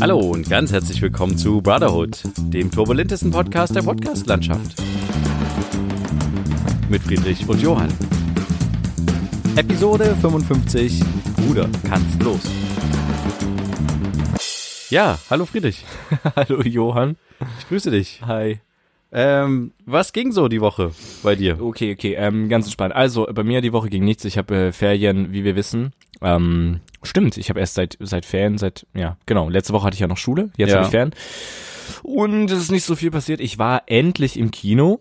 Hallo und ganz herzlich willkommen zu Brotherhood, dem turbulentesten Podcast der Podcastlandschaft. Mit Friedrich und Johann. Episode 55. Bruder, kannst los. Ja, hallo Friedrich. Hallo Johann. Ich grüße dich. Hi. Ähm, was ging so die Woche bei dir? Okay, okay, ähm, ganz entspannt. Also bei mir die Woche ging nichts. Ich habe äh, Ferien, wie wir wissen. Ähm, stimmt, ich habe erst seit seit Ferien, seit ja genau. Letzte Woche hatte ich ja noch Schule, jetzt Ja. habe ich Ferien. Und es ist nicht so viel passiert. Ich war endlich im Kino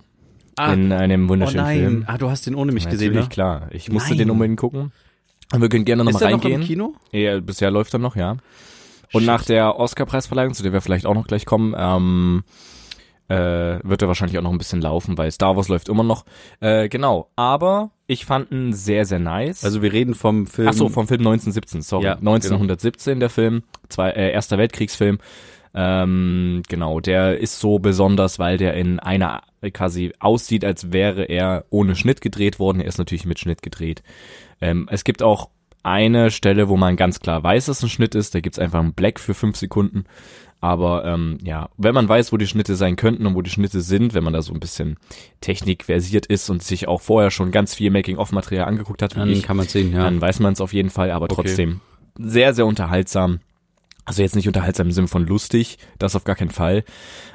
Ah, in einem oh wunderschönen nein. Film. Ah, du hast den ohne mich gesehen, Natürlich ne? klar. Ich musste Nein. den unbedingt gucken. Und wir können gerne Ist nochmal der noch reingehen. im Kino? Ja, bisher läuft er noch, ja. Und nach der Oscar-Preisverleihung, zu der wir vielleicht auch noch gleich kommen, ähm, äh, wird er wahrscheinlich auch noch ein bisschen laufen, weil Star Wars läuft immer noch. Äh, genau, aber ich fand ihn sehr, sehr nice. Also wir reden vom Film. Ach so, vom Film 1917, sorry. Ja, genau. 1917 der Film, zwei, äh, erster Weltkriegsfilm. Ähm, genau, der ist so besonders, weil der in einer quasi aussieht, als wäre er ohne Schnitt gedreht worden. Er ist natürlich mit Schnitt gedreht. Ähm, es gibt auch eine Stelle, wo man ganz klar weiß, dass es ein Schnitt ist. Da gibt's einfach einen Black für fünf Sekunden. Aber ähm, ja, wenn man weiß, wo die Schnitte sein könnten und wo die Schnitte sind, wenn man da so ein bisschen technikversiert ist und sich auch vorher schon ganz viel Making-of-Material angeguckt hat, wie Dann ich, kann man sehen, ja. dann weiß man es auf jeden Fall, aber trotzdem sehr, sehr unterhaltsam. Also jetzt nicht unterhaltsam im Sinne von lustig, das auf gar keinen Fall,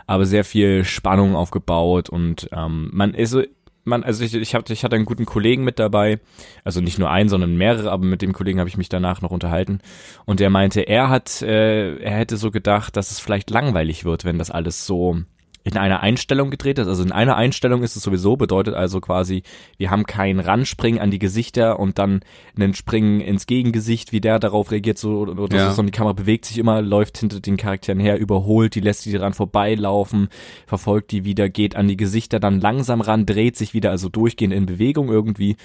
aber sehr viel Spannung aufgebaut und ähm, man ist, man, also ich, ich, hatte, ich hatte einen guten Kollegen mit dabei, also nicht nur einen, sondern mehrere, aber mit dem Kollegen habe ich mich danach noch unterhalten und der meinte, er hat, äh, er hätte so gedacht, dass es vielleicht langweilig wird, wenn das alles so in einer Einstellung gedreht ist. Also in einer Einstellung ist es sowieso, bedeutet also quasi, wir haben kein Ranspringen an die Gesichter und dann einen Springen ins Gegengesicht, wie der darauf reagiert, so oder oder Ja. so, sondern die Kamera bewegt sich immer, läuft hinter den Charakteren her, überholt, die lässt die dran vorbeilaufen, verfolgt die wieder, geht an die Gesichter dann langsam ran, dreht sich wieder, also durchgehend in Bewegung irgendwie.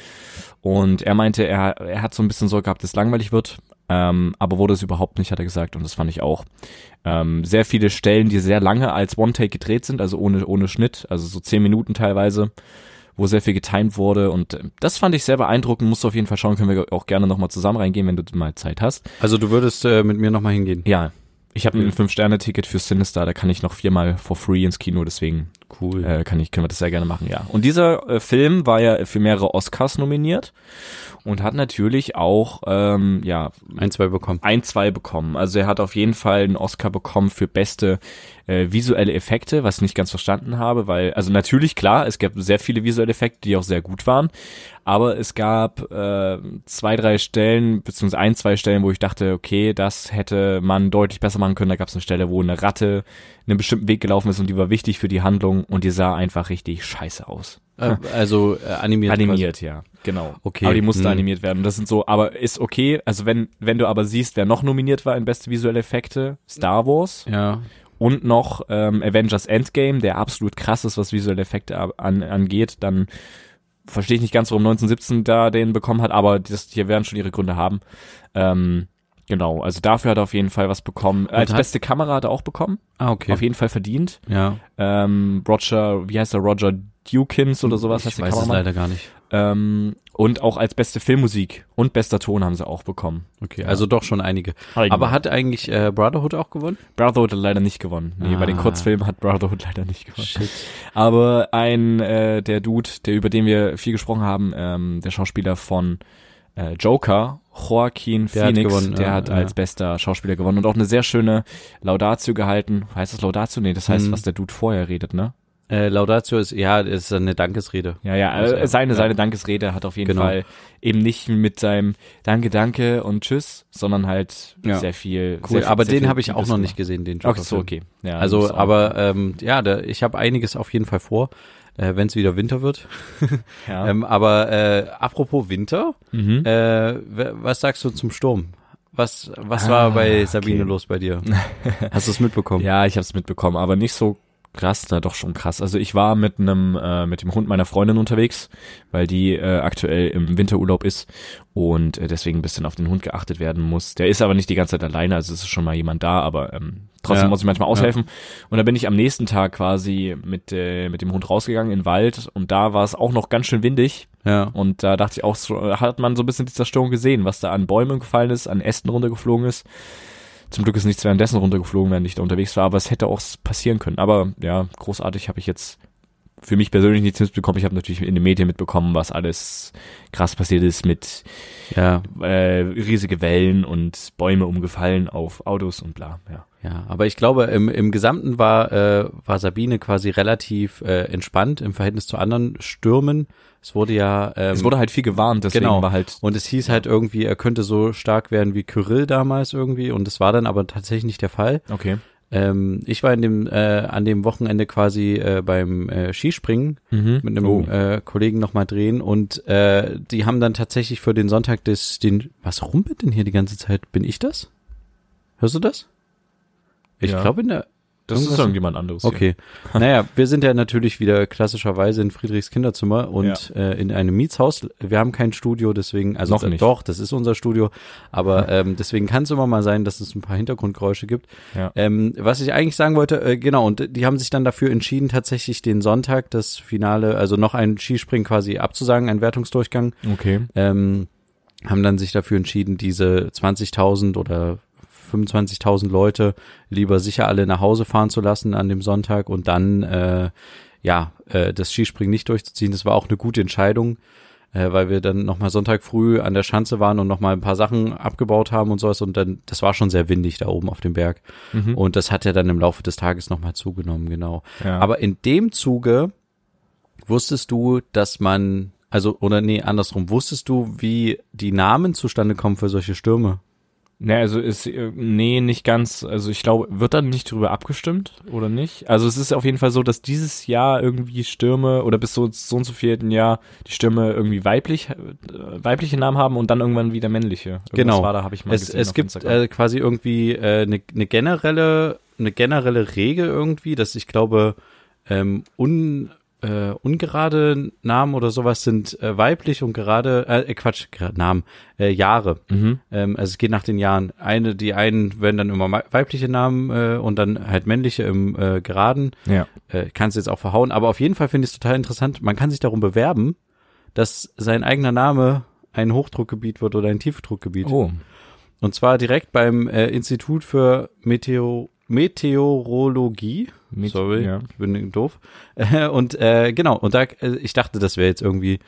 Und er meinte, er, er hat so ein bisschen Sorge gehabt, dass es langweilig wird, ähm, aber wurde es überhaupt nicht, hat er gesagt, und das fand ich auch. Ähm, sehr viele Stellen, die sehr lange als One-Take gedreht sind, also ohne, ohne Schnitt, also so zehn Minuten teilweise, wo sehr viel getimed wurde und äh, das fand ich sehr beeindruckend, musst du auf jeden Fall schauen, können wir auch gerne nochmal zusammen reingehen, wenn du mal Zeit hast. Also du würdest äh, mit mir nochmal hingehen. Ja, ich habe ein 5-Sterne-Ticket für Sinister, da kann ich noch viermal for free ins Kino, deswegen Cool. äh, kann ich, können wir das sehr gerne machen, ja. Und dieser äh, Film war ja für mehrere Oscars nominiert und hat natürlich auch, ähm, ja, Ein, zwei bekommen. ein, zwei bekommen. Also er hat auf jeden Fall einen Oscar bekommen für beste äh, visuelle Effekte, was ich nicht ganz verstanden habe, weil, also natürlich klar, es gab sehr viele visuelle Effekte, die auch sehr gut waren, aber es gab äh, zwei, drei Stellen, beziehungsweise ein, zwei Stellen, wo ich dachte, okay, das hätte man deutlich besser machen können. Da gab es eine Stelle, wo eine Ratte einen bestimmten Weg gelaufen ist und die war wichtig für die Handlung und die sah einfach richtig scheiße aus. Äh, also äh, animiert. Animiert, ja, genau. Okay. Aber die musste Hm. animiert werden. Das sind so, aber ist okay. Also wenn, wenn du aber siehst, wer noch nominiert war in beste visuelle Effekte, Star Wars quasi. Ja. und noch ähm, Avengers Endgame, der absolut krass ist, was visuelle Effekte ab- an, angeht, dann verstehe ich nicht ganz, warum 1917 da den bekommen hat, aber das, hier werden schon ihre Gründe haben. Ähm, genau, also dafür hat er auf jeden Fall was bekommen. Als hat- beste Kamera hat er auch bekommen, Ah, okay. auf jeden Fall verdient. ja. Ähm, Roger, wie heißt er, Roger Dukins oder sowas? heißt Hm, ich der weiß es Kameramann? leider gar nicht. Ähm, und auch als beste Filmmusik und bester Ton haben sie auch bekommen. Okay, also doch schon einige. Einige. Aber hat eigentlich äh, Brotherhood auch gewonnen? Brotherhood hat leider nicht gewonnen. Nee, bei den Ah. Kurzfilmen hat Brotherhood leider nicht gewonnen. Shit. Aber ein, äh, der Dude, der über den wir viel gesprochen haben, ähm, der Schauspieler von äh, Joker, Joaquin Der hat Phoenix, gewonnen, der ja, hat ja. als bester Schauspieler gewonnen und auch eine sehr schöne Laudatio gehalten. Heißt das Laudatio? Nee, das heißt, Mhm. was der Dude vorher redet, ne? Äh, Laudatio ist, ja, ist eine Dankesrede. Ja, ja, Also, äh, seine, ja. seine Dankesrede hat auf jeden Genau. Fall eben nicht mit seinem Danke, Danke und Tschüss, sondern halt Ja. sehr viel. Cool, sehr viel aber sehr den viel habe ich auch Gutes noch nicht gemacht. gesehen, den Ach so, Joker-Film. okay. Ja, das Also, ist auch- aber ähm, ja, da, ich habe einiges auf jeden Fall vor, äh, wenn es wieder Winter wird. Ja. Ähm, aber äh, apropos Winter, mhm. äh, w- was sagst du zum Sturm? Was, was war bei Sabine okay. los bei dir? Hast du es mitbekommen? ja, ich habe es mitbekommen, aber nicht so krass, na doch schon krass. Also ich war mit einem, äh, mit dem Hund meiner Freundin unterwegs, weil die äh, aktuell im Winterurlaub ist und äh, deswegen ein bisschen auf den Hund geachtet werden muss. Der ist aber nicht die ganze Zeit alleine, also es ist schon mal jemand da, aber ähm, trotzdem Ja. muss ich manchmal aushelfen. Und da bin ich am nächsten Tag quasi mit, äh, mit dem Hund rausgegangen in den Wald und da war es auch noch ganz schön windig. Ja. Und da dachte ich auch, so, hat man so ein bisschen die Zerstörung gesehen, was da an Bäumen gefallen ist, an Ästen runtergeflogen ist. Zum Glück ist nichts währenddessen runtergeflogen, während ich da unterwegs war, aber es hätte auch passieren können. Aber ja, großartig habe ich jetzt für mich persönlich nichts mitbekommen. Ich habe natürlich in den Medien mitbekommen, was alles krass passiert ist mit Ja, äh, riesige Wellen und Bäume umgefallen auf Autos und bla. Ja. ja. Aber ich glaube, im, im Gesamten war, äh, war Sabine quasi relativ äh, entspannt im Verhältnis zu anderen Stürmen. Es wurde ja. Ähm, Es wurde halt viel gewarnt, deswegen Genau. war halt und es hieß halt irgendwie, er könnte so stark werden wie Kyrill damals irgendwie. Und das war dann aber tatsächlich nicht der Fall. okay. Ähm, ich war in dem, äh, an dem Wochenende quasi äh, beim äh, Skispringen mit einem Oh. äh, Kollegen nochmal drehen und äh, die haben dann tatsächlich für den Sonntag des, den, was rumpelt denn hier die ganze Zeit? Bin ich das? Hörst du das? Ich Ja. glaube in der, Das ist irgendwas- irgendjemand anderes. hier. Okay. Naja, wir sind ja natürlich wieder klassischerweise in Friedrichs Kinderzimmer und äh, in einem Mietshaus. Wir haben kein Studio, deswegen, also Noch d- nicht. doch, das ist unser Studio, aber ähm, deswegen kann es immer mal sein, dass es ein paar Hintergrundgeräusche gibt. Ja. Ähm, was ich eigentlich sagen wollte, äh, genau, und die haben sich dann dafür entschieden, tatsächlich den Sonntag, das Finale, also noch einen Skispringen quasi abzusagen, einen Wertungsdurchgang. Okay. Ähm, haben dann sich dafür entschieden, diese 20.000 oder 25.000 Leute lieber sicher alle nach Hause fahren zu lassen an dem Sonntag und dann äh, ja äh, das Skispringen nicht durchzuziehen. Das war auch eine gute Entscheidung, äh, weil wir dann nochmal Sonntag früh an der Schanze waren und nochmal ein paar Sachen abgebaut haben und sowas und dann das war schon sehr windig da oben auf dem Berg und das hat ja dann im Laufe des Tages nochmal zugenommen genau. Ja. Aber in dem Zuge wusstest du, dass man, also, oder nee, andersrum, wusstest du, wie die Namen zustande kommen für solche Stürme? Ne, also ist äh, nee, nicht ganz. Also ich glaube, wird dann nicht drüber abgestimmt oder nicht? Also es ist auf jeden Fall so, dass dieses Jahr irgendwie Stürme oder bis so, so und so vierten Jahr die Stürme irgendwie weiblich äh, weibliche Namen haben und dann irgendwann wieder männliche. Irgendwas Genau. War, da habe ich mal es gesehen es auf gibt Instagram. äh, quasi irgendwie eine äh, ne ne generelle, eine generelle Regel irgendwie, dass ich glaube, ähm, un, äh, ungerade Namen oder sowas sind äh, weiblich und gerade, äh, äh, Quatsch, gerade Namen, äh, Jahre. mhm. Ähm, also es geht nach den Jahren. Eine, die einen werden dann immer mei- weibliche Namen äh, und dann halt männliche im äh, Geraden. Ja. äh, kannst du jetzt auch verhauen, aber auf jeden Fall finde ich es total interessant. Man kann sich darum bewerben, dass sein eigener Name ein Hochdruckgebiet wird oder ein Tiefdruckgebiet. Oh. Und zwar direkt beim äh, Institut für Meteo Meteorologie. Mit- Sorry, Ja. ich bin doof. Äh, und äh, genau, und da, äh, ich dachte, das wäre jetzt irgendwie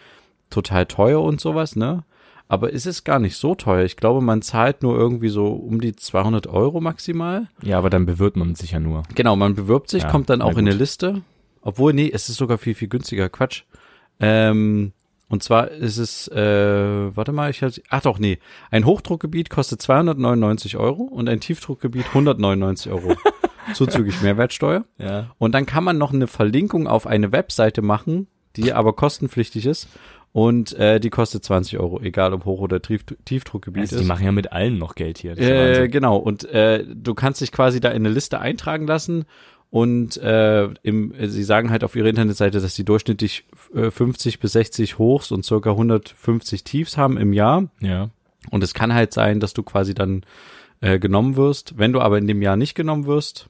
total teuer und sowas, ne? Aber ist es gar nicht so teuer. Ich glaube, man zahlt nur irgendwie so um die 200 Euro maximal. ja, aber dann bewirbt man sich ja nur. Genau, man bewirbt sich, Ja, kommt dann na auch in gut. eine Liste. Obwohl, nee, es ist sogar viel, viel günstiger. Quatsch. Ähm, und zwar ist es, äh, warte mal, ich hab's, ach doch, nee. Ein Hochdruckgebiet kostet 299 Euro und ein Tiefdruckgebiet 199 Euro. Zuzüglich Mehrwertsteuer. Ja. Und dann kann man noch eine Verlinkung auf eine Webseite machen, die aber kostenpflichtig ist. Und äh, die kostet 20 Euro, egal ob Hoch- oder Tief Tiefdruckgebiet Also ist. die machen ja mit allen noch Geld hier. Das ist ja Äh, Wahnsinn. genau, und äh, du kannst dich quasi da in eine Liste eintragen lassen und äh, im, äh, sie sagen halt auf ihrer Internetseite, dass die durchschnittlich äh, 50 bis 60 Hochs und circa 150 Tiefs haben im Jahr. ja. Und es kann halt sein, dass du quasi dann äh, genommen wirst. Wenn du aber in dem Jahr nicht genommen wirst,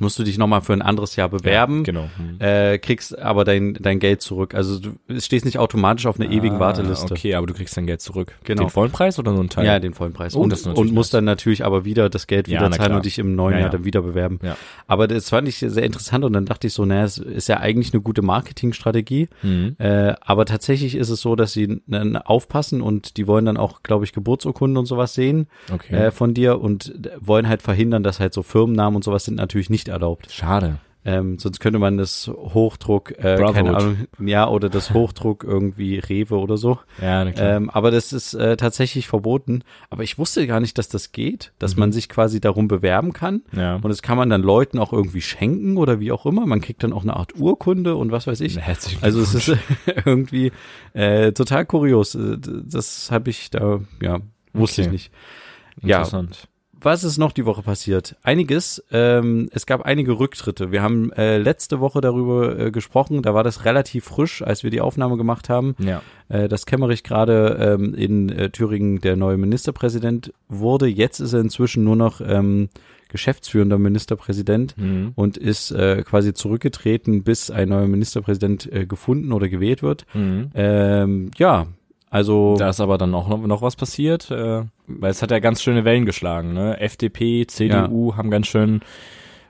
musst du dich nochmal für ein anderes Jahr bewerben. Genau. Hm. Äh, kriegst aber dein, dein Geld zurück. Also du stehst nicht automatisch auf einer ewigen Ah, Äh, Warteliste. Okay, aber du kriegst dein Geld zurück. Genau. Den vollen Preis oder nur einen Teil? Ja, den vollen Preis. Oh, und, das ist natürlich und muss dann natürlich aber wieder das Geld Ja, wieder na zahlen klar. und dich im neuen Ja, Jahr ja. dann wieder bewerben. Ja. Aber das fand ich sehr interessant und dann dachte ich so, naja, es ist ja eigentlich eine gute Marketingstrategie. Mhm. Äh, aber tatsächlich ist es so, dass sie dann aufpassen und die wollen dann auch, glaube ich, Geburtsurkunden und sowas sehen Okay. äh, von dir und d- wollen halt verhindern, dass halt so Firmennamen und sowas sind natürlich nicht erlaubt. Schade. Ähm, sonst könnte man das Hochdruck, äh, keine Brotherhood. Ahnung, ja, oder das Hochdruck irgendwie Rewe oder so. Ja, na klar. Ähm, aber das ist äh, tatsächlich verboten. Aber ich wusste gar nicht, dass das geht, dass man sich quasi darum bewerben kann. Mhm. Ja. Und das kann man dann Leuten auch irgendwie schenken oder wie auch immer. Man kriegt dann auch eine Art Urkunde und was weiß ich. Na, herzlichen also es ist irgendwie äh, total kurios. Äh, d- Das habe ich da, ja, wusste ich Okay. nicht. Ja, Interessant. was ist noch die Woche passiert? Einiges. Ähm, es gab einige Rücktritte. Wir haben äh, letzte Woche darüber äh, gesprochen. Da war das relativ frisch, als wir die Aufnahme gemacht haben Ja. äh, dass Kemmerich gerade ähm, in äh, Thüringen der neue Ministerpräsident wurde. Jetzt ist er inzwischen nur noch ähm, geschäftsführender Ministerpräsident Mhm. und ist äh, quasi zurückgetreten, bis ein neuer Ministerpräsident äh, gefunden oder gewählt wird. Mhm. Ähm, ja, Also Da ist aber dann auch noch, noch was passiert, äh, weil es hat ja ganz schöne Wellen geschlagen. Ne? FDP, CDU haben ganz schön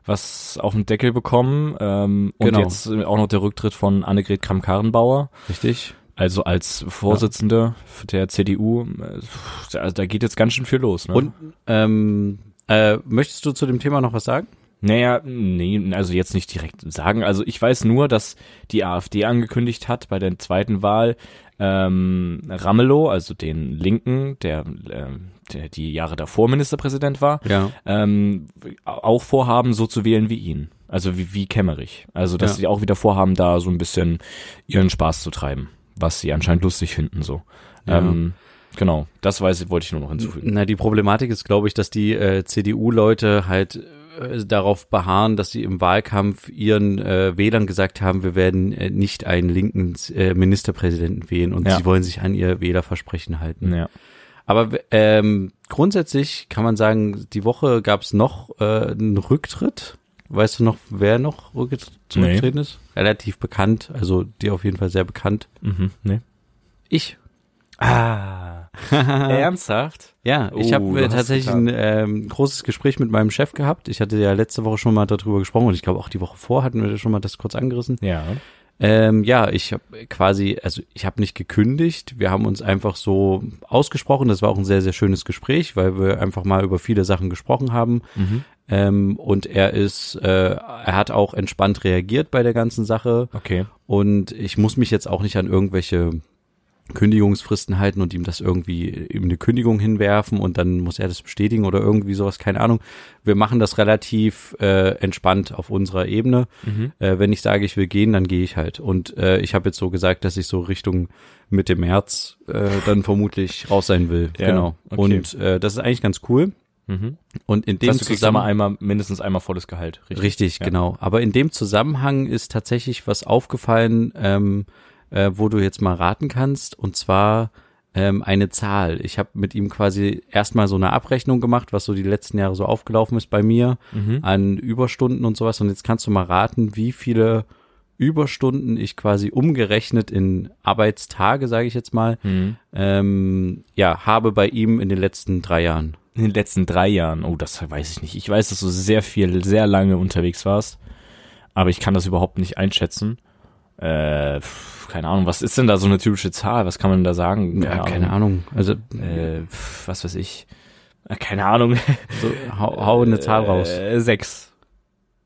was auf den Deckel bekommen. Ähm, Genau. Und jetzt auch noch der Rücktritt von Annegret Kramp-Karrenbauer, richtig. also als Vorsitzende der CDU. Äh, da, da geht jetzt ganz schön viel los. Ne? Und ähm, äh, möchtest du zu dem Thema noch was sagen? Naja, nee, also jetzt nicht direkt sagen. Also ich weiß nur, dass die AfD angekündigt hat bei der zweiten Wahl ähm, Ramelow, also den Linken, der, ähm, der die Jahre davor Ministerpräsident war, Ja. ähm, auch vorhaben, so zu wählen wie ihn. Also wie, wie Kämmerich. Also dass Ja. sie auch wieder vorhaben, da so ein bisschen ihren Spaß zu treiben, was sie anscheinend lustig finden so. Ja. Ähm, genau, das weiß, wollte ich nur noch hinzufügen. Na, die Problematik ist, glaube ich, dass die äh, CDU-Leute halt äh, darauf beharren, dass sie im Wahlkampf ihren äh, Wählern gesagt haben, wir werden äh, nicht einen linken äh, Ministerpräsidenten wählen und Ja. sie wollen sich an ihr Wählerversprechen halten. Ja. Aber ähm, grundsätzlich kann man sagen, die Woche gab es noch äh, einen Rücktritt. Weißt du noch, wer noch rückget- zurückgetreten ist? Relativ bekannt, also dir auf jeden Fall sehr bekannt. Mhm. Nee. Ich. Ah. Ernsthaft? Ja, ich Oh, hab du habe hast tatsächlich ein getan. ähm, großes Gespräch mit meinem Chef gehabt. Ich hatte ja letzte Woche schon mal darüber gesprochen und ich glaube auch die Woche vor hatten wir schon mal das kurz angerissen. Ja. Ähm, ja, ich habe quasi, also ich habe nicht gekündigt. Wir haben uns einfach so ausgesprochen. Das war auch ein sehr, sehr schönes Gespräch, weil wir einfach mal über viele Sachen gesprochen haben. Mhm. Ähm, und er ist, äh, er hat auch entspannt reagiert bei der ganzen Sache. Okay. Und ich muss mich jetzt auch nicht an irgendwelche Kündigungsfristen halten und ihm das irgendwie ihm eine Kündigung hinwerfen und dann muss er das bestätigen oder irgendwie sowas, keine Ahnung. Wir machen das relativ äh, entspannt auf unserer Ebene. Äh, wenn ich sage, ich will gehen, dann gehe ich halt. Und äh, ich habe jetzt so gesagt, dass ich so Richtung Mitte März äh, dann vermutlich raus sein will. Ja, genau. okay. Und äh, das ist eigentlich ganz cool. Und in dem Das heißt, Mhm. du kriegst Zusammenhang immer einmal, mindestens einmal volles Gehalt. Richtig, Ja. genau. Aber in dem Zusammenhang ist tatsächlich was aufgefallen, ähm, äh, wo du jetzt mal raten kannst, und zwar ähm, eine Zahl. Ich habe mit ihm quasi erstmal so eine Abrechnung gemacht, was so die letzten Jahre so aufgelaufen ist bei mir an Überstunden und sowas. Und jetzt kannst du mal raten, wie viele Überstunden ich quasi umgerechnet in Arbeitstage, sage ich jetzt mal, Mhm. ähm, ja, habe bei ihm in den letzten drei Jahren. In den letzten drei Jahren, oh, das weiß ich nicht. Ich weiß, dass du sehr viel, sehr lange unterwegs warst, aber ich kann das überhaupt nicht einschätzen. Äh, pf, keine Ahnung, was ist denn da so eine typische Zahl? Was kann man da sagen? Ja, keine Ahnung. Also Äh, pf, was weiß ich. Äh, Keine Ahnung. so, hau, hau eine Zahl raus. Äh, sechs.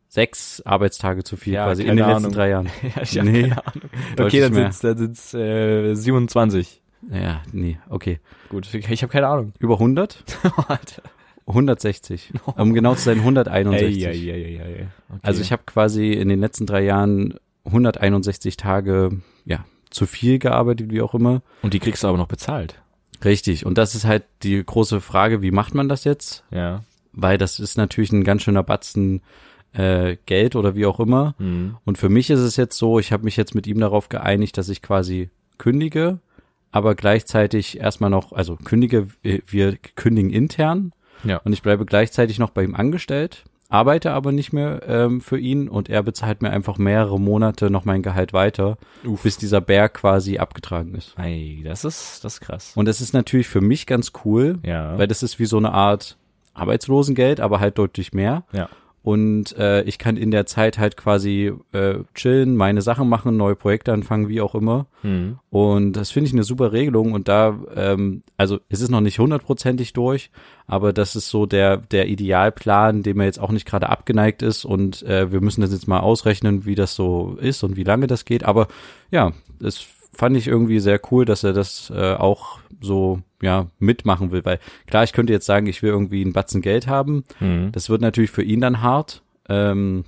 sechs Arbeitstage zu viel Ja, quasi in den keine letzten Ahnung. drei Jahren. Ja, ich Nee. keine Ahnung. Deutlich Okay, dann mehr. sind's, dann sind's äh, 27. Ja, nee, okay. Gut, ich habe keine Ahnung. Über 100? Alter. 160. Um genau zu sein, 161. Ey, ey, ey, ey, ey. Okay. Also ich habe quasi in den letzten drei Jahren 161 Tage, ja, zu viel gearbeitet, wie auch immer. Und die kriegst du aber noch bezahlt. Richtig. Und das ist halt die große Frage, wie macht man das jetzt? Ja. Weil das ist natürlich ein ganz schöner Batzen äh, Geld oder wie auch immer. Und für mich ist es jetzt so, ich habe mich jetzt mit ihm darauf geeinigt, dass ich quasi kündige, aber gleichzeitig erstmal noch, also kündige, äh, wir kündigen intern Ja. und ich bleibe gleichzeitig noch bei ihm angestellt, arbeite aber nicht mehr ähm, für ihn und er bezahlt mir einfach mehrere Monate noch mein Gehalt weiter, Uff. bis dieser Berg quasi abgetragen ist. Ey, das ist, das ist krass. Und das ist natürlich für mich ganz cool, Ja. weil das ist wie so eine Art Arbeitslosengeld, aber halt deutlich mehr. ja. Und äh, ich kann in der Zeit halt quasi äh, chillen, meine Sachen machen, neue Projekte anfangen, wie auch immer. Mhm. Und das finde ich eine super Regelung. Und da, ähm, also es ist noch nicht hundertprozentig durch, aber das ist so der, der Idealplan, dem er jetzt auch nicht gerade abgeneigt ist. Und äh, wir müssen das jetzt mal ausrechnen, wie das so ist und wie lange das geht. Aber ja, es fand ich irgendwie sehr cool, dass er das äh, auch so ja mitmachen will. Weil klar, ich könnte jetzt sagen, ich will irgendwie einen Batzen Geld haben. Mhm. Das wird natürlich für ihn dann hart. Ähm,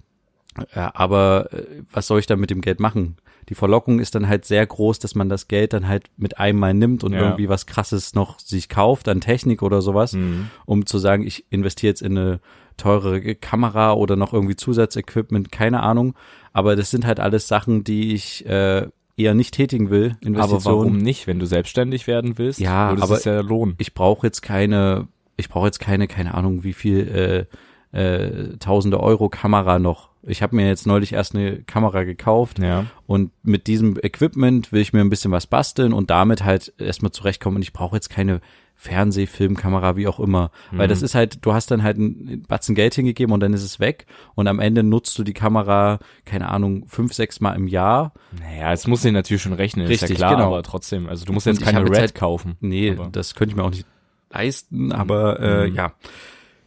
ja, aber äh, was soll ich dann mit dem Geld machen? Die Verlockung ist dann halt sehr groß, dass man das Geld dann halt mit einmal nimmt und Ja. irgendwie was Krasses noch sich kauft an Technik oder sowas, Hm. um zu sagen, ich investiere jetzt in eine teure Kamera oder noch irgendwie Zusatzequipment, keine Ahnung. Aber das sind halt alles Sachen, die ich äh, eher nicht tätigen will. Aber Investitionen. warum nicht? Wenn du selbstständig werden willst, Ja, würde aber- es ja lohnen. ich brauche jetzt keine, ich brauche jetzt keine, keine Ahnung, wie viel äh, äh, tausende Euro Kamera noch. Ich habe mir jetzt neulich erst eine Kamera gekauft Ja. und mit diesem Equipment will ich mir ein bisschen was basteln und damit halt erstmal zurechtkommen und ich brauche jetzt keine Fernsehfilmkamera, wie auch immer. Weil Mhm. das ist halt, du hast dann halt einen Batzen Geld hingegeben und dann ist es weg und am Ende nutzt du die Kamera, keine Ahnung, fünf, sechs Mal im Jahr. Naja, es muss dir natürlich schon rechnen, ist ja Richtig, klar, genau. aber trotzdem, also du musst Und jetzt ich keine hab Red jetzt halt- kaufen. Nee, Aber- Mhm. das könnte ich mir auch nicht leisten, aber äh, ja.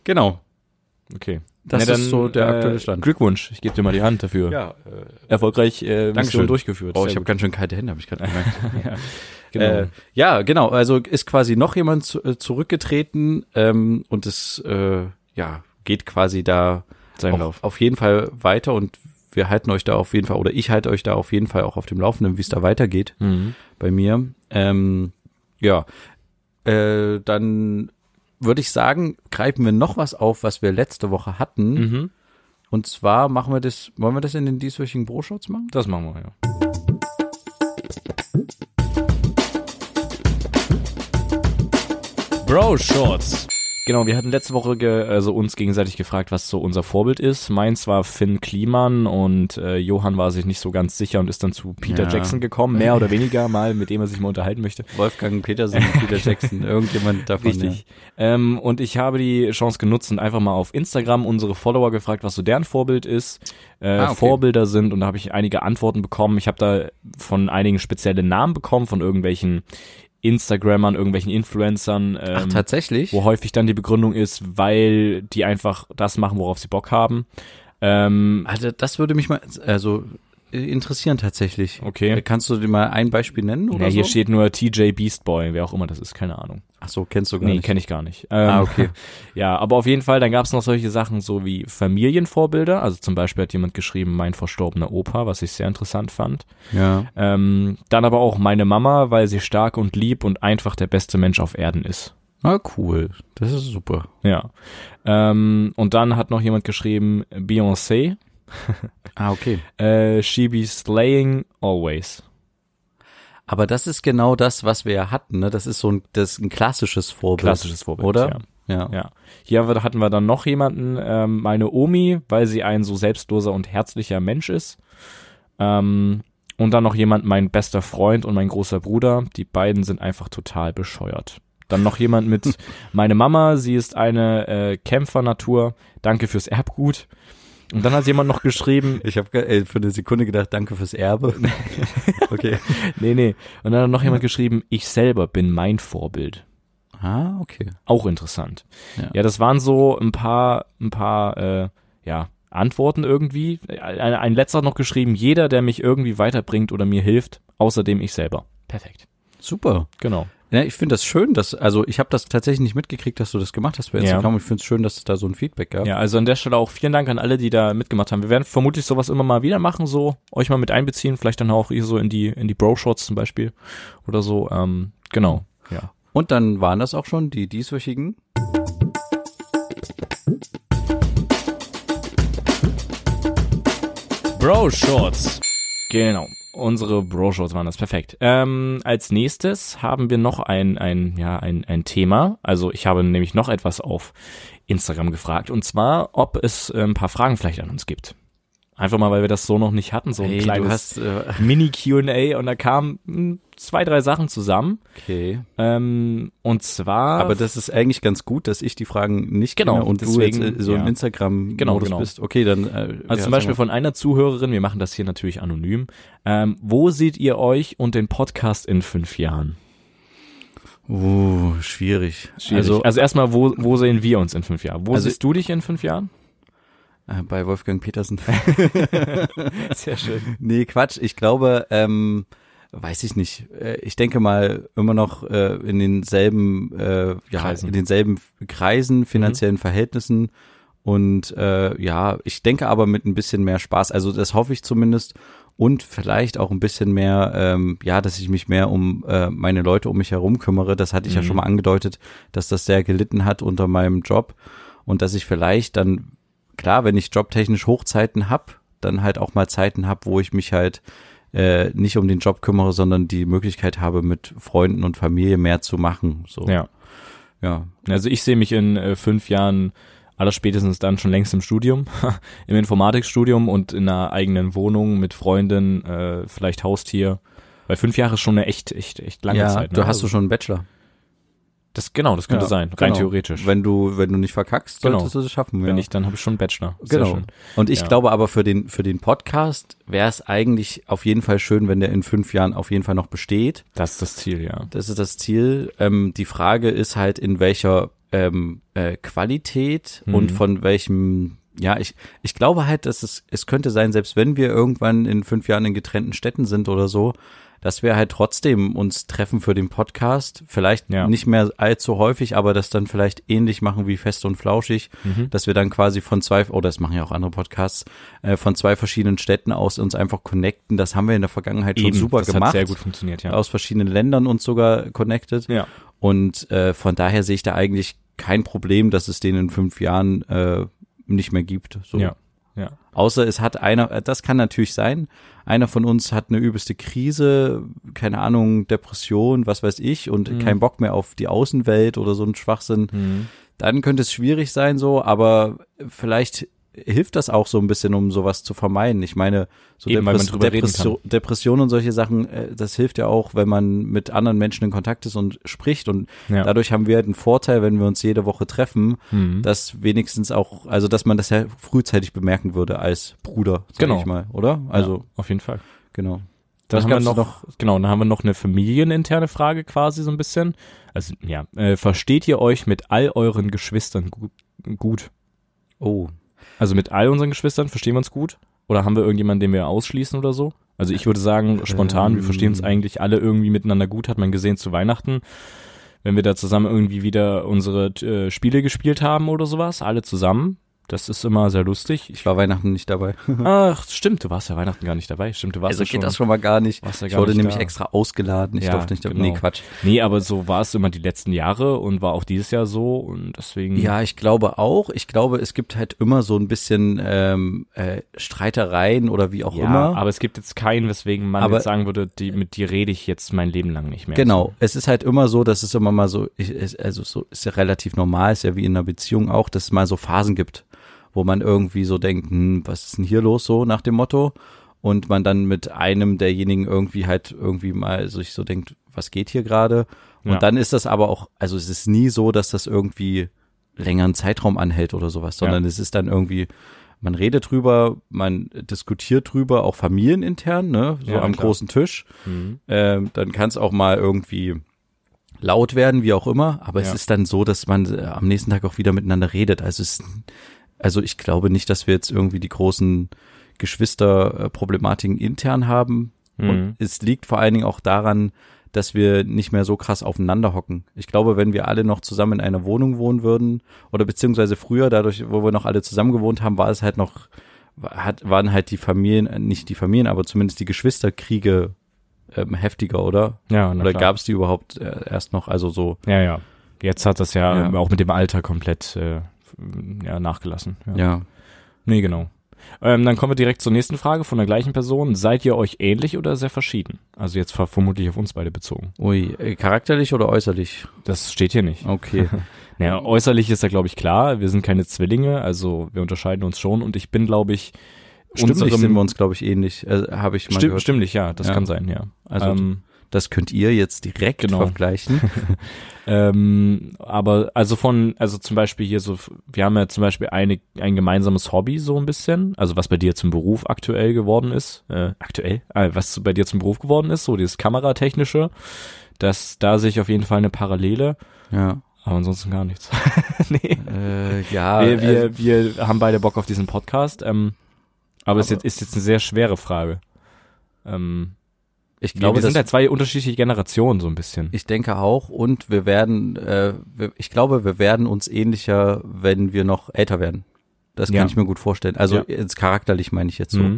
Genau. Okay. Das Na, ist so der äh, aktuelle Stand. Glückwunsch, ich gebe dir mal die Hand dafür. Ja, äh, Erfolgreich äh, Mission Dankeschön. durchgeführt. Oh, Sehr ich habe gut. ganz schön kalte Hände, habe ich gerade gemerkt. genau. Äh, ja, genau. Also ist quasi noch jemand zu, äh, zurückgetreten ähm, und es äh, ja geht quasi da Sein auf, Lauf. auf jeden Fall weiter und wir halten euch da auf jeden Fall oder ich halte euch da auf jeden Fall auch auf dem Laufenden, wie es da weitergeht Mhm. bei mir. Ähm, ja, äh, dann würde ich sagen, greifen wir noch was auf, was wir letzte Woche hatten. Mhm. Und zwar machen wir das, wollen wir das in den dieswöchigen Broschutz machen? Das machen wir, ja. Bro Shorts. Genau, wir hatten letzte Woche ge also uns gegenseitig gefragt, was so unser Vorbild ist. Meins war Finn Kliman und äh, Johann war sich nicht so ganz sicher und ist dann zu Peter Ja. Jackson gekommen, mehr oder weniger mal, mit dem er sich mal unterhalten möchte. Wolfgang Petersen, Peter Jackson, irgendjemand davon. Richtig. Ähm, und ich habe die Chance genutzt und einfach mal auf Instagram unsere Follower gefragt, was so deren Vorbild ist, äh, Ah, okay. Vorbilder sind. Und da habe ich einige Antworten bekommen. Ich habe da von einigen spezielle Namen bekommen, von irgendwelchen Instagrammern, irgendwelchen Influencern, Ach, ähm, tatsächlich? wo häufig dann die Begründung ist, weil die einfach das machen, worauf sie Bock haben. Ähm, Also das würde mich mal also äh, interessieren tatsächlich. Okay. Äh, Kannst du dir mal ein Beispiel nennen oder na, hier so? steht nur TJ Beast Boy, wer auch immer das ist, keine Ahnung. Ach so, kennst du gar Nee, nicht. kenne ich gar nicht. Ähm, Ah, okay. Ja, aber auf jeden Fall, dann gab es noch solche Sachen so wie Familienvorbilder. Also zum Beispiel hat jemand geschrieben, mein verstorbener Opa, was ich sehr interessant fand. Ja. Ähm, dann aber auch meine Mama, weil sie stark und lieb und einfach der beste Mensch auf Erden ist. Ah, cool. Das ist super. Ja. Ähm, und dann hat noch jemand geschrieben, Beyoncé, Ah, okay. äh, she be slaying always. Aber das ist genau das, was wir ja hatten, ne? Das ist so ein das ist ein klassisches Vorbild. Klassisches Vorbild, oder? Ja. Ja. Hier haben wir- hatten wir dann noch jemanden, ähm, meine Omi, weil sie ein so selbstloser und herzlicher Mensch ist. Ähm, und dann noch jemand, mein bester Freund und mein großer Bruder. Die beiden sind einfach total bescheuert. Dann noch jemand mit meine Mama, sie ist eine äh, Kämpfernatur. Danke fürs Erbgut. Und dann hat jemand noch geschrieben, Ich habe für eine Sekunde gedacht, danke fürs Erbe. okay. nee, nee. Und dann hat noch jemand geschrieben, ich selber bin mein Vorbild. Ah, okay. Auch interessant. Ja, Ja. das waren so ein paar, ein paar, äh, ja, Antworten irgendwie. Ein, ein letzter hat noch geschrieben, jeder, der mich irgendwie weiterbringt oder mir hilft, außerdem ich selber. Perfekt. Super. Genau. Ja, ich finde das schön, dass also ich habe das tatsächlich nicht mitgekriegt, dass du das gemacht hast bei Ja. Instagram. Ich finde es schön, dass es da so ein Feedback gab. Ja, also an der Stelle auch vielen Dank an alle, die da mitgemacht haben. Wir werden vermutlich sowas immer mal wieder machen, so euch mal mit einbeziehen, vielleicht dann auch hier so in die, in die Bro-Shots zum Beispiel oder so. Ähm, genau. Ja. Und dann waren das auch schon die dieswöchigen Bro-Shorts. Genau. Unsere Bro-Shorts waren das. Perfekt. Ähm, als nächstes haben wir noch ein, ein, ja, ein, ein Thema. Also ich habe nämlich noch etwas auf Instagram gefragt. Und zwar, ob es äh, ein paar Fragen vielleicht an uns gibt. Einfach mal, weil wir das so noch nicht hatten. So ein Hey, du kleines hast, äh, Mini-Q&A. Und da kamen mh, zwei, drei Sachen zusammen. okay. Ähm, und zwar... Aber das ist eigentlich ganz gut, dass ich die Fragen nicht Genau, kenne und deswegen, du jetzt äh, so ja. im Instagram Genau, genau, genau. bist. Okay, dann. Äh, Also ja, zum Beispiel sag mal. von einer Zuhörerin, wir machen das hier natürlich anonym. Ähm, wo seht ihr euch und den Podcast in fünf Jahren? Uh, schwierig. Also, Also, also erstmal, wo, wo sehen wir uns in fünf Jahren? Wo Also- siehst du dich in fünf Jahren? äh, bei Wolfgang Petersen. Sehr schön. nee, Quatsch. Ich glaube, ähm, weiß ich nicht. Äh, Ich denke mal immer noch äh, in denselben, äh, ja, Kreisen. Mhm. in denselben Kreisen, finanziellen Verhältnissen. Und äh, ja, ich denke aber mit ein bisschen mehr Spaß. Also das hoffe ich zumindest. Und vielleicht auch ein bisschen mehr, ähm, ja, dass ich mich mehr um äh, meine Leute um mich herum kümmere. Das hatte ich ja Mhm. schon mal angedeutet, dass das sehr gelitten hat unter meinem Job. Und dass ich vielleicht dann, klar, wenn ich jobtechnisch Hochzeiten hab, dann halt auch mal Zeiten hab, wo ich mich halt äh, nicht um den Job kümmere, sondern die Möglichkeit habe, mit Freunden und Familie mehr zu machen. So. Ja. ja. Also ich sehe mich in äh, fünf Jahren Alles spätestens dann schon längst im Studium, im Informatikstudium und in einer eigenen Wohnung mit Freundin, äh, vielleicht Haustier. Weil fünf Jahre ist schon eine echt, echt, echt lange ja, Zeit. ne? Also, Du hast du schon einen Bachelor. Das, genau, das könnte Ja, sein, rein genau. theoretisch. Wenn du, wenn du nicht verkackst, Genau. solltest du es schaffen. Wenn ja. nicht, dann habe ich schon einen Bachelor. Sehr Genau. schön. Und ich Ja. glaube aber für den, für den Podcast wäre es eigentlich auf jeden Fall schön, wenn der in fünf Jahren auf jeden Fall noch besteht. Das ist das Ziel, ja. Das ist das Ziel. Ähm, die Frage ist halt, in welcher ähm, äh, Qualität Mhm. und von welchem, ja, ich, ich glaube halt, dass es, es könnte sein, selbst wenn wir irgendwann in fünf Jahren in getrennten Städten sind oder so, dass wir halt trotzdem uns treffen für den Podcast. Vielleicht Ja. nicht mehr allzu häufig, aber das dann vielleicht ähnlich machen wie fest und flauschig, Mhm. dass wir dann quasi von zwei, oh, das machen ja auch andere Podcasts, äh, von zwei verschiedenen Städten aus uns einfach connecten. Das haben wir in der Vergangenheit schon super das gemacht hat sehr gut funktioniert, ja. aus verschiedenen Ländern uns sogar connected. Ja. Und äh, von daher sehe ich da eigentlich kein Problem, dass es den in fünf Jahren äh, nicht mehr gibt. So. Ja. Ja. Außer es hat einer, äh, das kann natürlich sein, einer von uns hat eine übelste Krise, keine Ahnung, Depression, was weiß ich, und Mhm. keinen Bock mehr auf die Außenwelt oder so ein Schwachsinn. Dann könnte es schwierig sein, so, aber vielleicht hilft das auch so ein bisschen, um sowas zu vermeiden. Ich meine, so Eben, weil man Depres- drüber reden kann. Depressionen und solche Sachen, äh, das hilft ja auch, wenn man mit anderen Menschen in Kontakt ist und spricht. Und Ja. Mhm. dadurch haben wir halt einen Vorteil, wenn wir uns jede Woche treffen, dass wenigstens auch, also dass man das ja frühzeitig bemerken würde als Bruder, sag Genau. ich mal, oder? Also, ja, auf jeden Fall. genau. Dann Was haben wir gab's noch, genau, dann haben wir noch eine familieninterne Frage quasi so ein bisschen. Also ja, äh, versteht ihr euch mit all euren Geschwistern gu gut? Oh. Also mit all unseren Geschwistern verstehen wir uns gut? Oder haben wir irgendjemanden, den wir ausschließen oder so? Also ich würde sagen, spontan, wir verstehen Ähm. uns eigentlich alle irgendwie miteinander gut, hat man gesehen zu Weihnachten. Wenn wir da zusammen irgendwie wieder unsere äh, Spiele gespielt haben oder sowas, alle zusammen. Das ist immer sehr lustig. Ich, Ich war Weihnachten nicht dabei. ach, stimmt, du warst ja Weihnachten gar nicht dabei. Stimmt, du warst Mhm. Also ja geht schon. das schon mal gar nicht. Warst ja ich gar wurde nicht nämlich da. extra ausgeladen. Ich Ja, durfte nicht. Genau. genau. Nee, Quatsch. Nee, aber so war es immer die letzten Jahre und war auch dieses Jahr so und deswegen. Ja, ich glaube auch. Ich glaube, es gibt halt immer so ein bisschen ähm, äh, Streitereien oder wie auch Ja, immer. aber es gibt jetzt keinen, weswegen man Aber- jetzt sagen würde, die, mit dir rede ich jetzt mein Leben lang nicht mehr. Genau, es ist halt immer so, dass es immer mal so, ich, es- also so ist ja relativ normal, ist ja wie in einer Beziehung auch, dass es mal so Phasen gibt, wo man irgendwie so denkt, hm, was ist denn hier los so nach dem Motto und man dann mit einem derjenigen irgendwie halt irgendwie mal sich so denkt, was geht hier gerade und Ja. dann ist das aber auch, also es ist nie so, dass das irgendwie längeren Zeitraum anhält oder sowas, sondern es ist dann irgendwie man redet drüber, man diskutiert drüber, auch familienintern, ne, so Ja, am klar. großen Tisch. Ähm, dann kann es auch mal irgendwie laut werden, wie auch immer. Aber es Ja. ist dann so, dass man äh, am nächsten Tag auch wieder miteinander redet. Also, es, also ich glaube nicht, dass wir jetzt irgendwie die großen Geschwisterproblematiken intern haben. Und es liegt vor allen Dingen auch daran, dass wir nicht mehr so krass aufeinander hocken. Ich glaube, wenn wir alle noch zusammen in einer Wohnung wohnen würden, oder beziehungsweise früher, dadurch, wo wir noch alle zusammen gewohnt haben, war es halt noch, hat, waren halt die Familien, äh, nicht die Familien, aber zumindest die Geschwisterkriege ähm, heftiger, oder? Ja, na Oder klar. gab es die überhaupt äh, erst noch? Also so, Ja, ja. Jetzt hat das ja, Ja. auch mit dem Alter komplett äh, ja, nachgelassen. Ja. ja. Nee, genau. Ähm, dann kommen wir direkt zur nächsten Frage von der gleichen Person. Seid ihr euch ähnlich oder sehr verschieden? Also jetzt ver- vermutlich auf uns beide bezogen. Ui, äh, charakterlich oder äußerlich? Das steht hier nicht. Okay. Ähm. Naja, äußerlich ist ja, glaube ich, klar. Wir sind keine Zwillinge, also wir unterscheiden uns schon. Und ich bin, glaube ich, Stimmlich unserem- sind wir uns, glaube ich, ähnlich. Äh, Habe ich mal Stim gehört. stimmlich, ja, das Ja. kann sein, ja. Also- ähm, Das könnt ihr jetzt direkt Genau. vergleichen. ähm, aber also von, also zum Beispiel hier so, wir haben ja zum Beispiel eine, ein gemeinsames Hobby so ein bisschen, also was bei dir zum Beruf aktuell geworden ist, äh, aktuell, äh, was zu- bei dir zum Beruf geworden ist, so dieses Kameratechnische, das, da sehe ich auf jeden Fall eine Parallele, ja. aber ansonsten gar nichts. nee. Äh, ja. Wir, äh, wir, wir haben beide Bock auf diesen Podcast, ähm, aber es ist jetzt, ist jetzt eine sehr schwere Frage. Ähm, ich ich glaube, glaube, wir sind das, ja zwei unterschiedliche Generationen so ein bisschen. ich denke auch. Und wir werden, äh, wir, ich glaube, wir werden uns ähnlicher, wenn wir noch älter werden. Das Ja. kann ich mir gut vorstellen. Also Ja. jetzt charakterlich meine ich jetzt so. Mhm.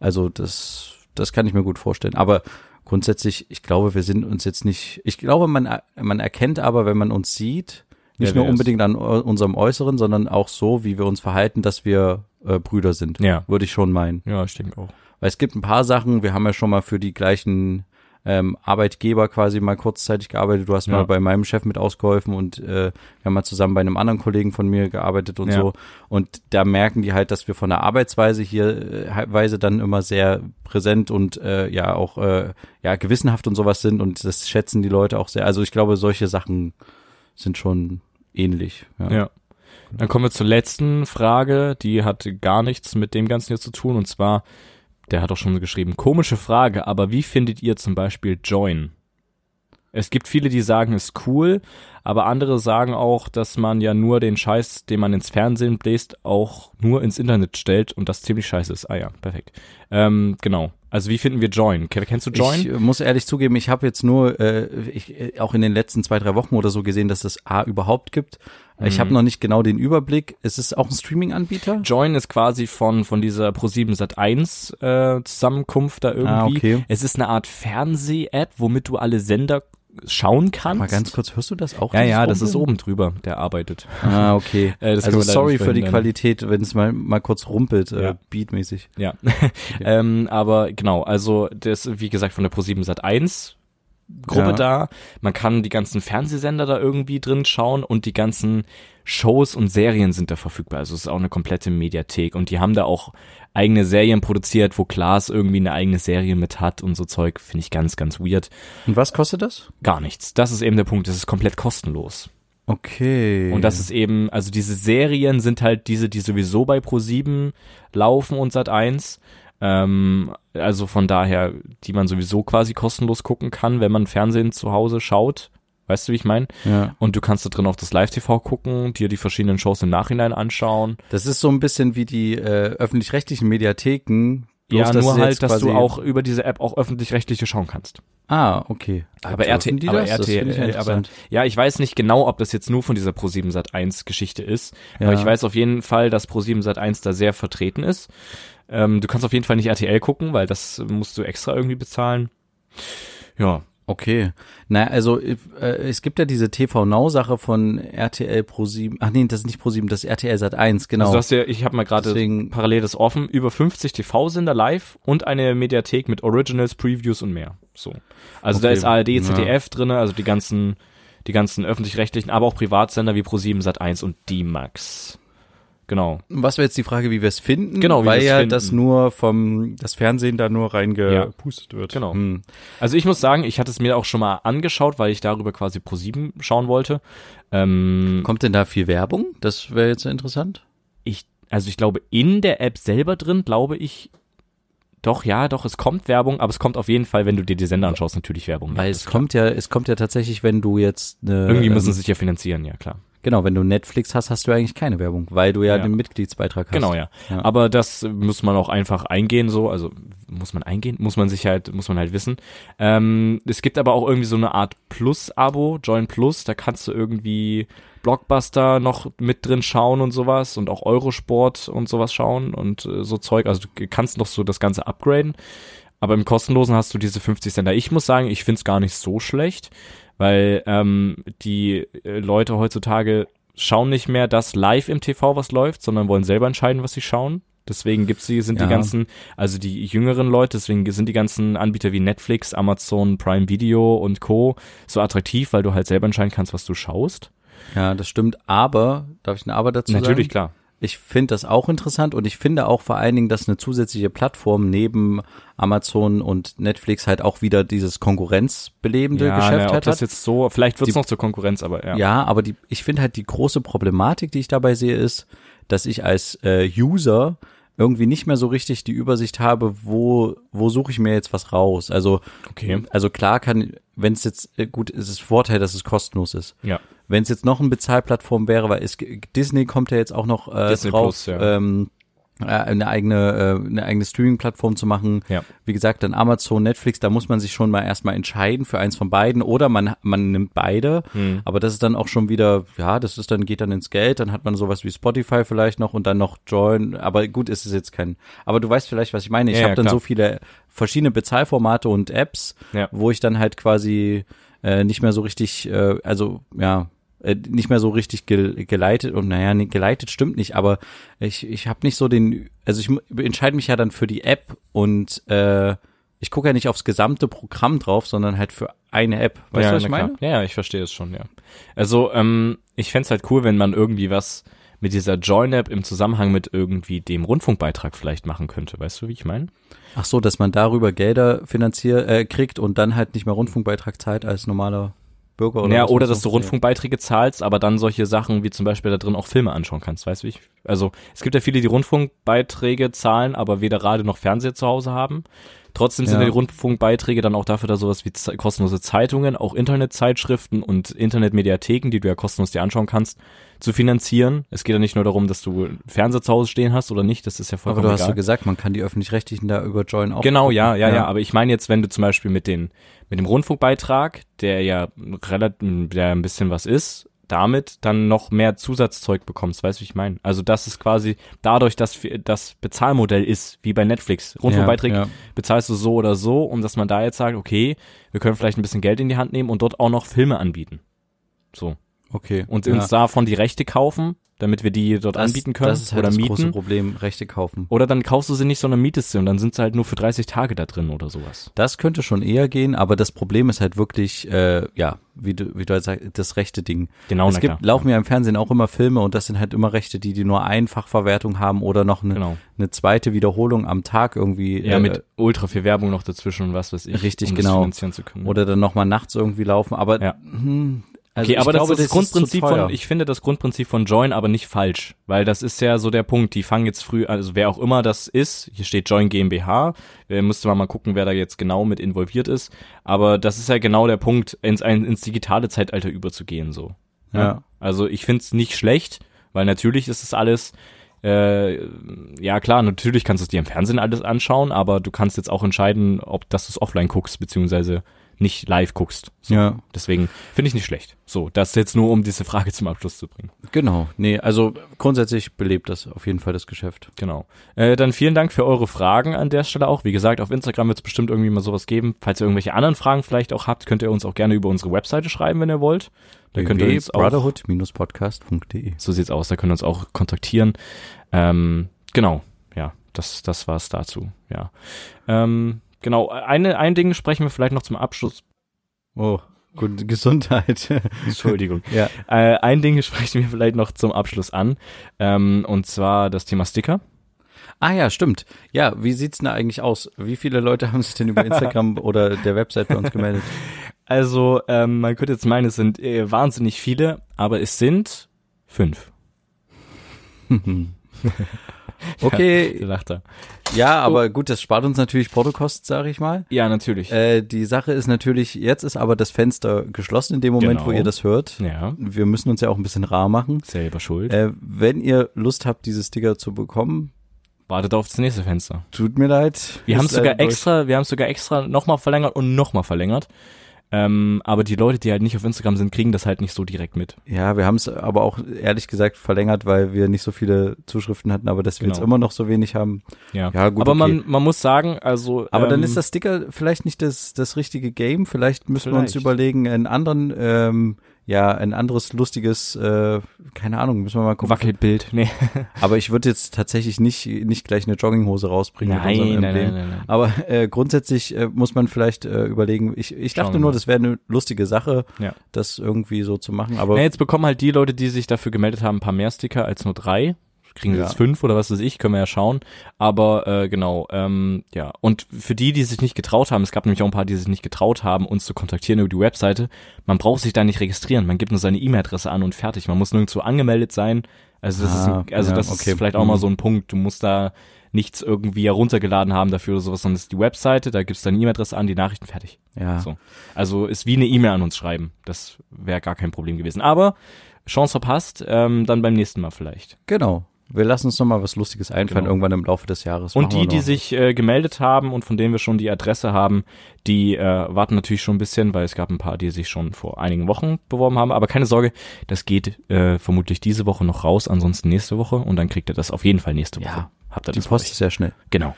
Also das, das kann ich mir gut vorstellen. Aber grundsätzlich, ich glaube, wir sind uns jetzt nicht. Ich glaube, man, man erkennt aber, wenn man uns sieht, nicht Wer nur wir ist. unbedingt an eu- unserem Äußeren, sondern auch so, wie wir uns verhalten, dass wir äh, Brüder sind. Ja. Würde ich schon meinen. Ja, ich denke auch. Weil es gibt ein paar Sachen, wir haben ja schon mal für die gleichen ähm, Arbeitgeber quasi mal kurzzeitig gearbeitet. Du hast Ja. mal bei meinem Chef mit ausgeholfen und äh, wir haben mal zusammen bei einem anderen Kollegen von mir gearbeitet und Ja. so. Und da merken die halt, dass wir von der Arbeitsweise hier äh, Weise dann immer sehr präsent und äh, ja auch äh, ja gewissenhaft und sowas sind und das schätzen die Leute auch sehr. Also ich glaube, solche Sachen sind schon ähnlich. Ja. Ja. Dann kommen wir zur letzten Frage, die hat gar nichts mit dem Ganzen hier zu tun und zwar, der hat auch schon geschrieben, komische Frage, aber wie findet ihr zum Beispiel Join? Es gibt viele, die sagen, ist cool, aber andere sagen auch, dass man ja nur den Scheiß, den man ins Fernsehen bläst, auch nur ins Internet stellt und das ziemlich scheiße ist. Ah ja, perfekt. Ähm, genau. Also wie finden wir Join? Ke- Kennst du Join? Ich äh, muss ehrlich zugeben, ich habe jetzt nur äh, ich, äh, auch in den letzten zwei, drei Wochen oder so gesehen, dass es A überhaupt gibt. Ich Mhm. habe noch nicht genau den Überblick. Ist es auch ein Streaming-Anbieter? Join ist quasi von, von dieser Pro7 Sat 1 äh, Zusammenkunft da irgendwie. Ah, okay. Es ist eine Art Fernseh-App, womit du alle Sender schauen kannst. Mal ganz kurz, hörst du das auch? ja, dieses ja, das ist Rumpeln? oben drüber, der arbeitet. Ah, okay. Äh, das also können wir leider sorry nicht für die verhindern. Qualität, wenn es mal, mal kurz rumpelt, äh, Ja. beatmäßig. Ja. ähm, aber genau, also das, wie gesagt, von der Pro7 Sat 1 Gruppe Ja. da. Man kann die ganzen Fernsehsender da irgendwie drin schauen und die ganzen Shows und Serien sind da verfügbar. Also es ist auch eine komplette Mediathek und die haben da auch eigene Serien produziert, wo Klaas irgendwie eine eigene Serie mit hat und so Zeug. Finde ich ganz, ganz weird. Und was kostet das? Gar nichts. Das ist eben der Punkt. Das ist komplett kostenlos. Okay. Und das ist eben, also diese Serien sind halt diese, die sowieso bei Pro7 laufen und Sat 1. Ähm, also von daher, die man sowieso quasi kostenlos gucken kann, wenn man Fernsehen zu Hause schaut. Weißt du, wie ich meine? ja. Und du kannst da drin auch das Live-TV gucken, dir die verschiedenen Shows im Nachhinein anschauen. das ist so ein bisschen wie die äh, öffentlich-rechtlichen Mediatheken. bloß, ja, dass nur es jetzt halt, dass du quasi- auch über diese App auch öffentlich-rechtliche schauen kannst. Ah, okay. Aber Dürfen RT, die aber das? Das finde ich ja RTL, äh, aber interessant. ja, ich weiß nicht genau, ob das jetzt nur von dieser Pro7 Sat 1 Geschichte ist, aber Ja. ich weiß auf jeden Fall, dass Pro7 Sat 1 da sehr vertreten ist. Ähm, du kannst auf jeden Fall nicht RTL gucken, weil das musst du extra irgendwie bezahlen. Ja, also Okay. Na, also äh, es gibt ja diese TV Now Sache von RTL Pro 7. Ach nee, das ist nicht Pro 7, das ist RTL Sat 1, genau. also du hast ja, ich habe mal gerade Deswegen parallel das offen, über 50 TV-Sender live und eine Mediathek mit Originals, Previews und mehr. So. Also da Okay, ist ARD, ja. ZDF drinne, also die ganzen die ganzen öffentlich-rechtlichen, aber auch Privatsender wie Pro7 Sat1 und D-Max. Genau. was wäre jetzt die Frage, wie wir es finden? Genau, wie weil wir's ja finden. das nur vom das Fernsehen da nur reingepustet äh, wird. Genau. Hm. Also ich muss sagen, ich hatte es mir auch schon mal angeschaut, weil ich darüber quasi pro 7 schauen wollte. Ähm, Kommt denn da viel Werbung? Das wäre jetzt interessant. ich, also ich glaube, in der App selber drin, glaube ich, doch, ja, doch, es kommt Werbung, aber es kommt auf jeden Fall, wenn du dir die Sender anschaust, natürlich Werbung. ja. Weil es kommt ja, es kommt ja tatsächlich, wenn du jetzt eine, Irgendwie müssen ähm, sie sich ja finanzieren, ja klar. genau, wenn du Netflix hast, hast du ja eigentlich keine Werbung, weil du ja, Ja. den Mitgliedsbeitrag hast. Genau, ja. Ja. Aber das muss man auch einfach eingehen, so, also muss man eingehen, muss man sich halt, muss man halt wissen. Ähm, es gibt aber auch irgendwie so eine Art Plus-Abo, Join Plus, da kannst du irgendwie Blockbuster noch mit drin schauen und sowas und auch Eurosport und sowas schauen und äh, so Zeug. Also du kannst noch so das Ganze upgraden. Aber im kostenlosen hast du diese 50 Sender. Ich muss sagen, ich find's gar nicht so schlecht, weil ähm, die äh, Leute heutzutage schauen nicht mehr das live im TV, was läuft, sondern wollen selber entscheiden, was sie schauen. Deswegen gibt's die, sind Ja. die ganzen, also die jüngeren Leute, deswegen sind die ganzen Anbieter wie Netflix, Amazon, Prime Video und Co. so attraktiv, weil du halt selber entscheiden kannst, was du schaust. Ja, das stimmt. Aber darf ich ein Aber dazu sagen? Natürlich, klar. Ich finde das auch interessant und ich finde auch vor allen Dingen, dass eine zusätzliche Plattform neben Amazon und Netflix halt auch wieder dieses konkurrenzbelebende Geschäft na, ne, ob halt das hat. jetzt so, vielleicht wird's Die- noch zur Konkurrenz, aber ja. Ja, aber die, ich finde halt die große Problematik, die ich dabei sehe, ist, dass ich als äh, User irgendwie nicht mehr so richtig die Übersicht habe, wo, wo suche ich mir jetzt was raus. Also, Okay. also klar kann, wenn es jetzt, äh, gut, es ist Vorteil, dass es kostenlos ist. Ja. Wenn es jetzt noch eine Bezahlplattform wäre, weil es, Disney kommt ja jetzt auch noch äh, Disney drauf, Plus, ja. ähm, äh, eine eigene, äh, eine eigene Streaming-Plattform zu machen. Ja. Wie gesagt, dann Amazon, Netflix, da muss man sich schon mal erstmal entscheiden für eins von beiden oder man, man nimmt beide. Hm. Aber das ist dann auch schon wieder, ja, das ist dann, geht dann ins Geld, dann hat man sowas wie Spotify vielleicht noch und dann noch Join. Aber gut, ist es jetzt kein, aber du weißt vielleicht, was ich meine. Ich Ja, habe ja, dann klar. so viele verschiedene Bezahlformate und Apps, Ja. wo ich dann halt quasi äh, nicht mehr so richtig, äh, also ja, äh, nicht mehr so richtig gel- geleitet und naja, nee, geleitet stimmt nicht, aber ich, ich habe nicht so den, also ich mu- entscheide mich ja dann für die App und äh, ich gucke ja nicht aufs gesamte Programm drauf, sondern halt für eine App. Weißt ja, du, was na ich meine? klar. Ja, ja, ich verstehe es schon, ja. Also, ähm, ich fänd's halt cool, wenn man irgendwie was mit dieser Join-App im Zusammenhang mit irgendwie dem Rundfunkbeitrag vielleicht machen könnte. Weißt du, wie ich meine? Ach so, dass man darüber Gelder finanziert, äh, kriegt und dann halt nicht mehr Rundfunkbeitrag zahlt als normaler Bürger oder ja, was oder man dass so- du Rundfunkbeiträge zahlst, aber dann solche Sachen wie zum Beispiel da drin auch Filme anschauen kannst, weißt du wie ich? Also es gibt ja viele, die Rundfunkbeiträge zahlen, aber weder Radio noch Fernseher zu Hause haben. Trotzdem sind Ja. ja die Rundfunkbeiträge dann auch dafür da sowas wie ze- kostenlose Zeitungen, auch Internetzeitschriften und Internetmediatheken, die du ja kostenlos dir anschauen kannst, zu finanzieren. Es geht ja nicht nur darum, dass du einen Fernseher zu Hause stehen hast oder nicht, das ist ja Aber vollkommen du hast egal. ja gesagt, man kann die öffentlich-rechtlichen da über Join auch. Genau, gucken. ja, ja, ja, Aber ich meine jetzt, wenn du zum Beispiel mit, den, mit dem Rundfunkbeitrag, der ja relativ, der ein bisschen was ist, damit dann noch mehr Zusatzzeug bekommst, weißt du, wie ich meine? Also das ist quasi dadurch, dass wir- das Bezahlmodell ist, wie bei Netflix. Rundfunkbeiträge Ja, ja. bezahlst du so oder so, um dass man da jetzt sagt, okay, wir können vielleicht ein bisschen Geld in die Hand nehmen und dort auch noch Filme anbieten. So. Okay. Und ja. uns davon die Rechte kaufen, damit wir die dort das, anbieten können Das ist halt oder das große mieten. Problem, Rechte kaufen. Oder dann kaufst du sie nicht, sondern mietest sie und dann sind sie halt nur für 30 Tage da drin oder sowas. Das könnte schon eher gehen, aber das Problem ist halt wirklich, äh, ja, wie du, wie du halt sagst, das rechte Ding. Genau, es na gibt, klar. laufen ja im Fernsehen auch immer Filme und das sind halt immer Rechte, die, die nur Einfachverwertung haben oder noch eine, Genau. eine zweite Wiederholung am Tag irgendwie. Ja, äh, mit ultra viel Werbung noch dazwischen und was weiß ich. Richtig, um genau. Das finanzieren zu können. oder dann nochmal nachts irgendwie laufen, aber Ja. hm, also okay, ich aber glaube, das, ist das zu Grundprinzip teuer. von, ich finde das Grundprinzip von Join aber nicht falsch, weil das ist ja so der Punkt, die fangen jetzt früh, also wer auch immer das ist, hier steht Join GmbH, äh, müsste man mal gucken, wer da jetzt genau mit involviert ist, aber das ist ja genau der Punkt, ins, ein, ins digitale Zeitalter überzugehen, so. Ja. Also ich find's nicht schlecht, weil natürlich ist es alles, äh, ja klar, natürlich kannst du es dir im Fernsehen alles anschauen, aber du kannst jetzt auch entscheiden, ob dass du es offline guckst, beziehungsweise nicht live guckst. So. Ja. Deswegen finde ich nicht schlecht. So, das jetzt nur, um diese Frage zum Abschluss zu bringen. Genau, nee, also grundsätzlich belebt das auf jeden Fall das Geschäft. Genau. Äh, dann vielen Dank für eure Fragen an der Stelle auch. Wie gesagt, auf Instagram wird es bestimmt irgendwie mal sowas geben. Falls ihr irgendwelche anderen Fragen vielleicht auch habt, könnt ihr uns auch gerne über unsere Webseite schreiben, wenn ihr wollt. Da könnt ihr uns auch brotherhood-podcast.de. So sieht's aus. Da können wir uns auch kontaktieren. Ähm, genau. Ja, das, das war's dazu. Ja. Ähm, genau. Eine, ein Ding sprechen wir vielleicht noch zum Abschluss. Oh, gute Gesundheit. Entschuldigung. ja. äh, ein Ding sprechen wir vielleicht noch zum Abschluss an. Ähm, und zwar das Thema Sticker. Ah ja, stimmt. Ja, wie sieht's denn da eigentlich aus? Wie viele Leute haben sich denn über Instagram oder der Website bei uns gemeldet? Also, ähm, man könnte jetzt meinen, es sind äh, wahnsinnig viele, aber es sind fünf. Okay, Lacht er. ja, aber gut, das spart uns natürlich Portokost, sage ich mal. Ja, natürlich. Äh, die Sache ist natürlich, jetzt ist aber das Fenster geschlossen in dem Moment, wo Genau. ihr das hört. ja, Wir müssen uns ja auch ein bisschen rar machen. selber schuld. Äh, wenn ihr Lust habt, diese Sticker zu bekommen, Wartet auf das nächste Fenster. tut mir leid. Wir Ist haben sogar leider durch. extra, wir haben sogar extra nochmal verlängert und nochmal verlängert. Ähm, aber die Leute, die halt nicht auf Instagram sind, kriegen das halt nicht so direkt mit. Ja, wir haben es aber auch ehrlich gesagt verlängert, weil wir nicht so viele Zuschriften hatten, aber dass wir Genau. jetzt immer noch so wenig haben. Ja, Ja, gut, aber okay. man, man muss sagen, also. Aber dann ähm, ist das Sticker vielleicht nicht das, das richtige Game. Vielleicht müssen wir uns Vielleicht. überlegen, einen anderen, ähm, ja, ein anderes lustiges, äh, keine Ahnung, müssen wir mal gucken. Wackelbild. Nee. Aber ich würde jetzt tatsächlich nicht, nicht gleich eine Jogginghose rausbringen. mit Nein, unserem nein, Emblem. nein, nein, nein. Aber äh, grundsätzlich äh, muss man vielleicht äh, überlegen, ich, ich Schauen dachte wir nur, mal. das wäre eine lustige Sache, Ja. das irgendwie so zu machen. Aber Na, jetzt bekommen halt die Leute, die sich dafür gemeldet haben, ein paar mehr Sticker als nur drei. Kriegen sie Ja. jetzt fünf oder was weiß ich, können wir ja schauen. Aber äh, genau, ähm, ja. Und für die, die sich nicht getraut haben, es gab nämlich auch ein paar, die sich nicht getraut haben, uns zu kontaktieren über die Webseite, man braucht sich da nicht registrieren. Man gibt nur seine E-Mail-Adresse an und fertig. Man muss nirgendwo angemeldet sein. Also das, Ah, ist, ein, also ja, das okay. ist vielleicht auch mal Mhm. so ein Punkt. Du musst da nichts irgendwie heruntergeladen haben dafür oder sowas, sondern es ist die Webseite, da gibst du deine E-Mail-Adresse an, die Nachrichten fertig. ja, So. Also ist wie eine E-Mail an uns schreiben. Das wäre gar kein Problem gewesen. Aber Chance verpasst, ähm, dann beim nächsten Mal vielleicht. genau. Wir lassen uns noch mal was Lustiges einfallen Genau. irgendwann im Laufe des Jahres. Und Machen wir die, die noch. sich äh, gemeldet haben und von denen wir schon die Adresse haben, die äh, warten natürlich schon ein bisschen, weil es gab ein paar, die sich schon vor einigen Wochen beworben haben. Aber keine Sorge, das geht äh, vermutlich diese Woche noch raus, ansonsten nächste Woche und dann kriegt ihr das auf jeden Fall nächste Woche. Ja. Habt ihr die das Post bei euch. ist sehr schnell. Genau.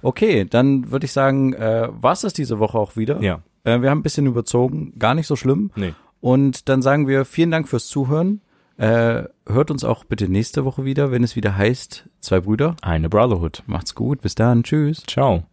Okay, dann würde ich sagen, äh, war's das diese Woche auch wieder. Ja. Äh, wir haben ein bisschen überzogen, gar nicht so schlimm. Nee. Und dann sagen wir vielen Dank fürs Zuhören. Äh, hört uns auch bitte nächste Woche wieder, wenn es wieder heißt, zwei Brüder. Eine Brotherhood. Macht's gut, bis dann, tschüss. Ciao.